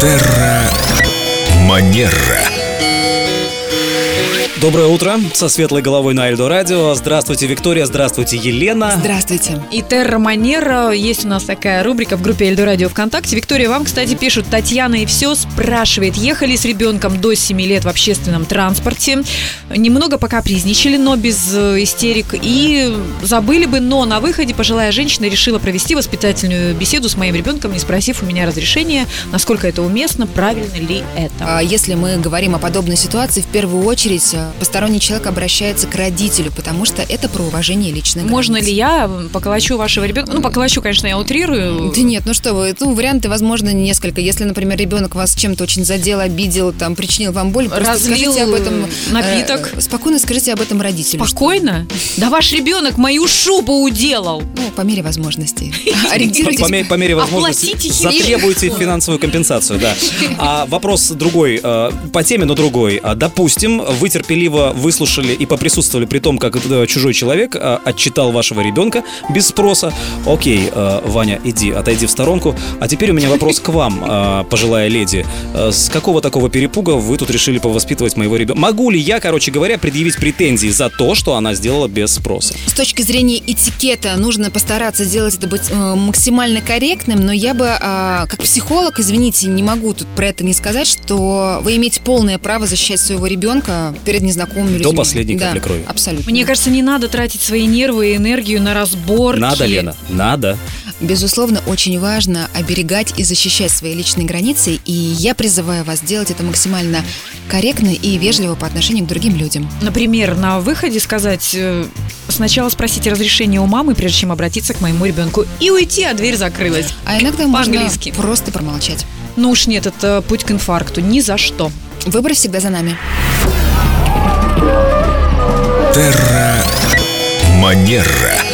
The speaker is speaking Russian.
Терра Манера. Доброе утро. Со светлой головой на Эльдо Радио. Здравствуйте, Виктория. Здравствуйте, Елена. Здравствуйте. И Терра Манера. Есть у нас такая рубрика в группе Эльдо Радио ВКонтакте. Виктория, вам, кстати, пишут Татьяна и все спрашивает. Ехали с ребенком до 7 лет в общественном транспорте. Немного покапризничали, но без э, истерик. И забыли бы, но на выходе пожилая женщина решила провести воспитательную беседу с моим ребенком, не спросив у меня разрешения, насколько это уместно, правильно ли это. А Если мы говорим о подобной ситуации, в первую очередь э, посторонний человек обращается к родителю, потому что это про уважение личной Можно границы. ли я поколочу вашего ребенка? Ну, поколочу, конечно, я утрирую. Да нет, ну что вы, ну, варианты, возможно, несколько. Если, например, ребенок вас чем-то очень задел, обидел, там, причинил вам боль, просто Разлил, скажите об этом... э, напиток. э, спокойно скажите об этом родителю. Спокойно? Да ваш ребенок мою шубу уделал. Ну, по мере возможностей. По, по мере, Ориентируйтесь. по мере возможности Оплатите химию. затребуйте финансовую компенсацию, да. А вопрос другой, э, по теме, но другой. А, Допустим, вы терпеливо выслушали и поприсутствовали при том, как э, чужой человек э, отчитал вашего ребенка без спроса. Окей, э, Ваня, иди, отойди в сторонку. А теперь у меня вопрос к вам, э, пожилая леди. Э, С какого такого перепуга вы тут решили повоспитывать моего ребенка? Могу ли я, короче говоря, предъявить претензии за то, что она сделала без спроса? С точки зрения этикета нужно постараться сделать это быть э, максимально корректным, но я бы, а, как психолог, извините, не могу тут про это не сказать, что вы имеете полное право защищать своего ребенка перед незнакомыми людьми. последней капли да, крови. Абсолютно. Мне кажется, не надо тратить свои нервы и энергию на разборки. Надо, Лена, надо. Безусловно, очень важно оберегать и защищать свои личные границы, и я призываю вас делать это максимально корректно и вежливо по отношению к другим людям. Например, на выходе сказать, э, сначала спросите разрешение у мамы, прежде чем обратиться к моему ребенку, и уйти, а дверь закрылась. А иногда можно По-английски. просто промолчать. Ну уж нет, это путь к инфаркту, ни за что. Выбор всегда за нами. Манера.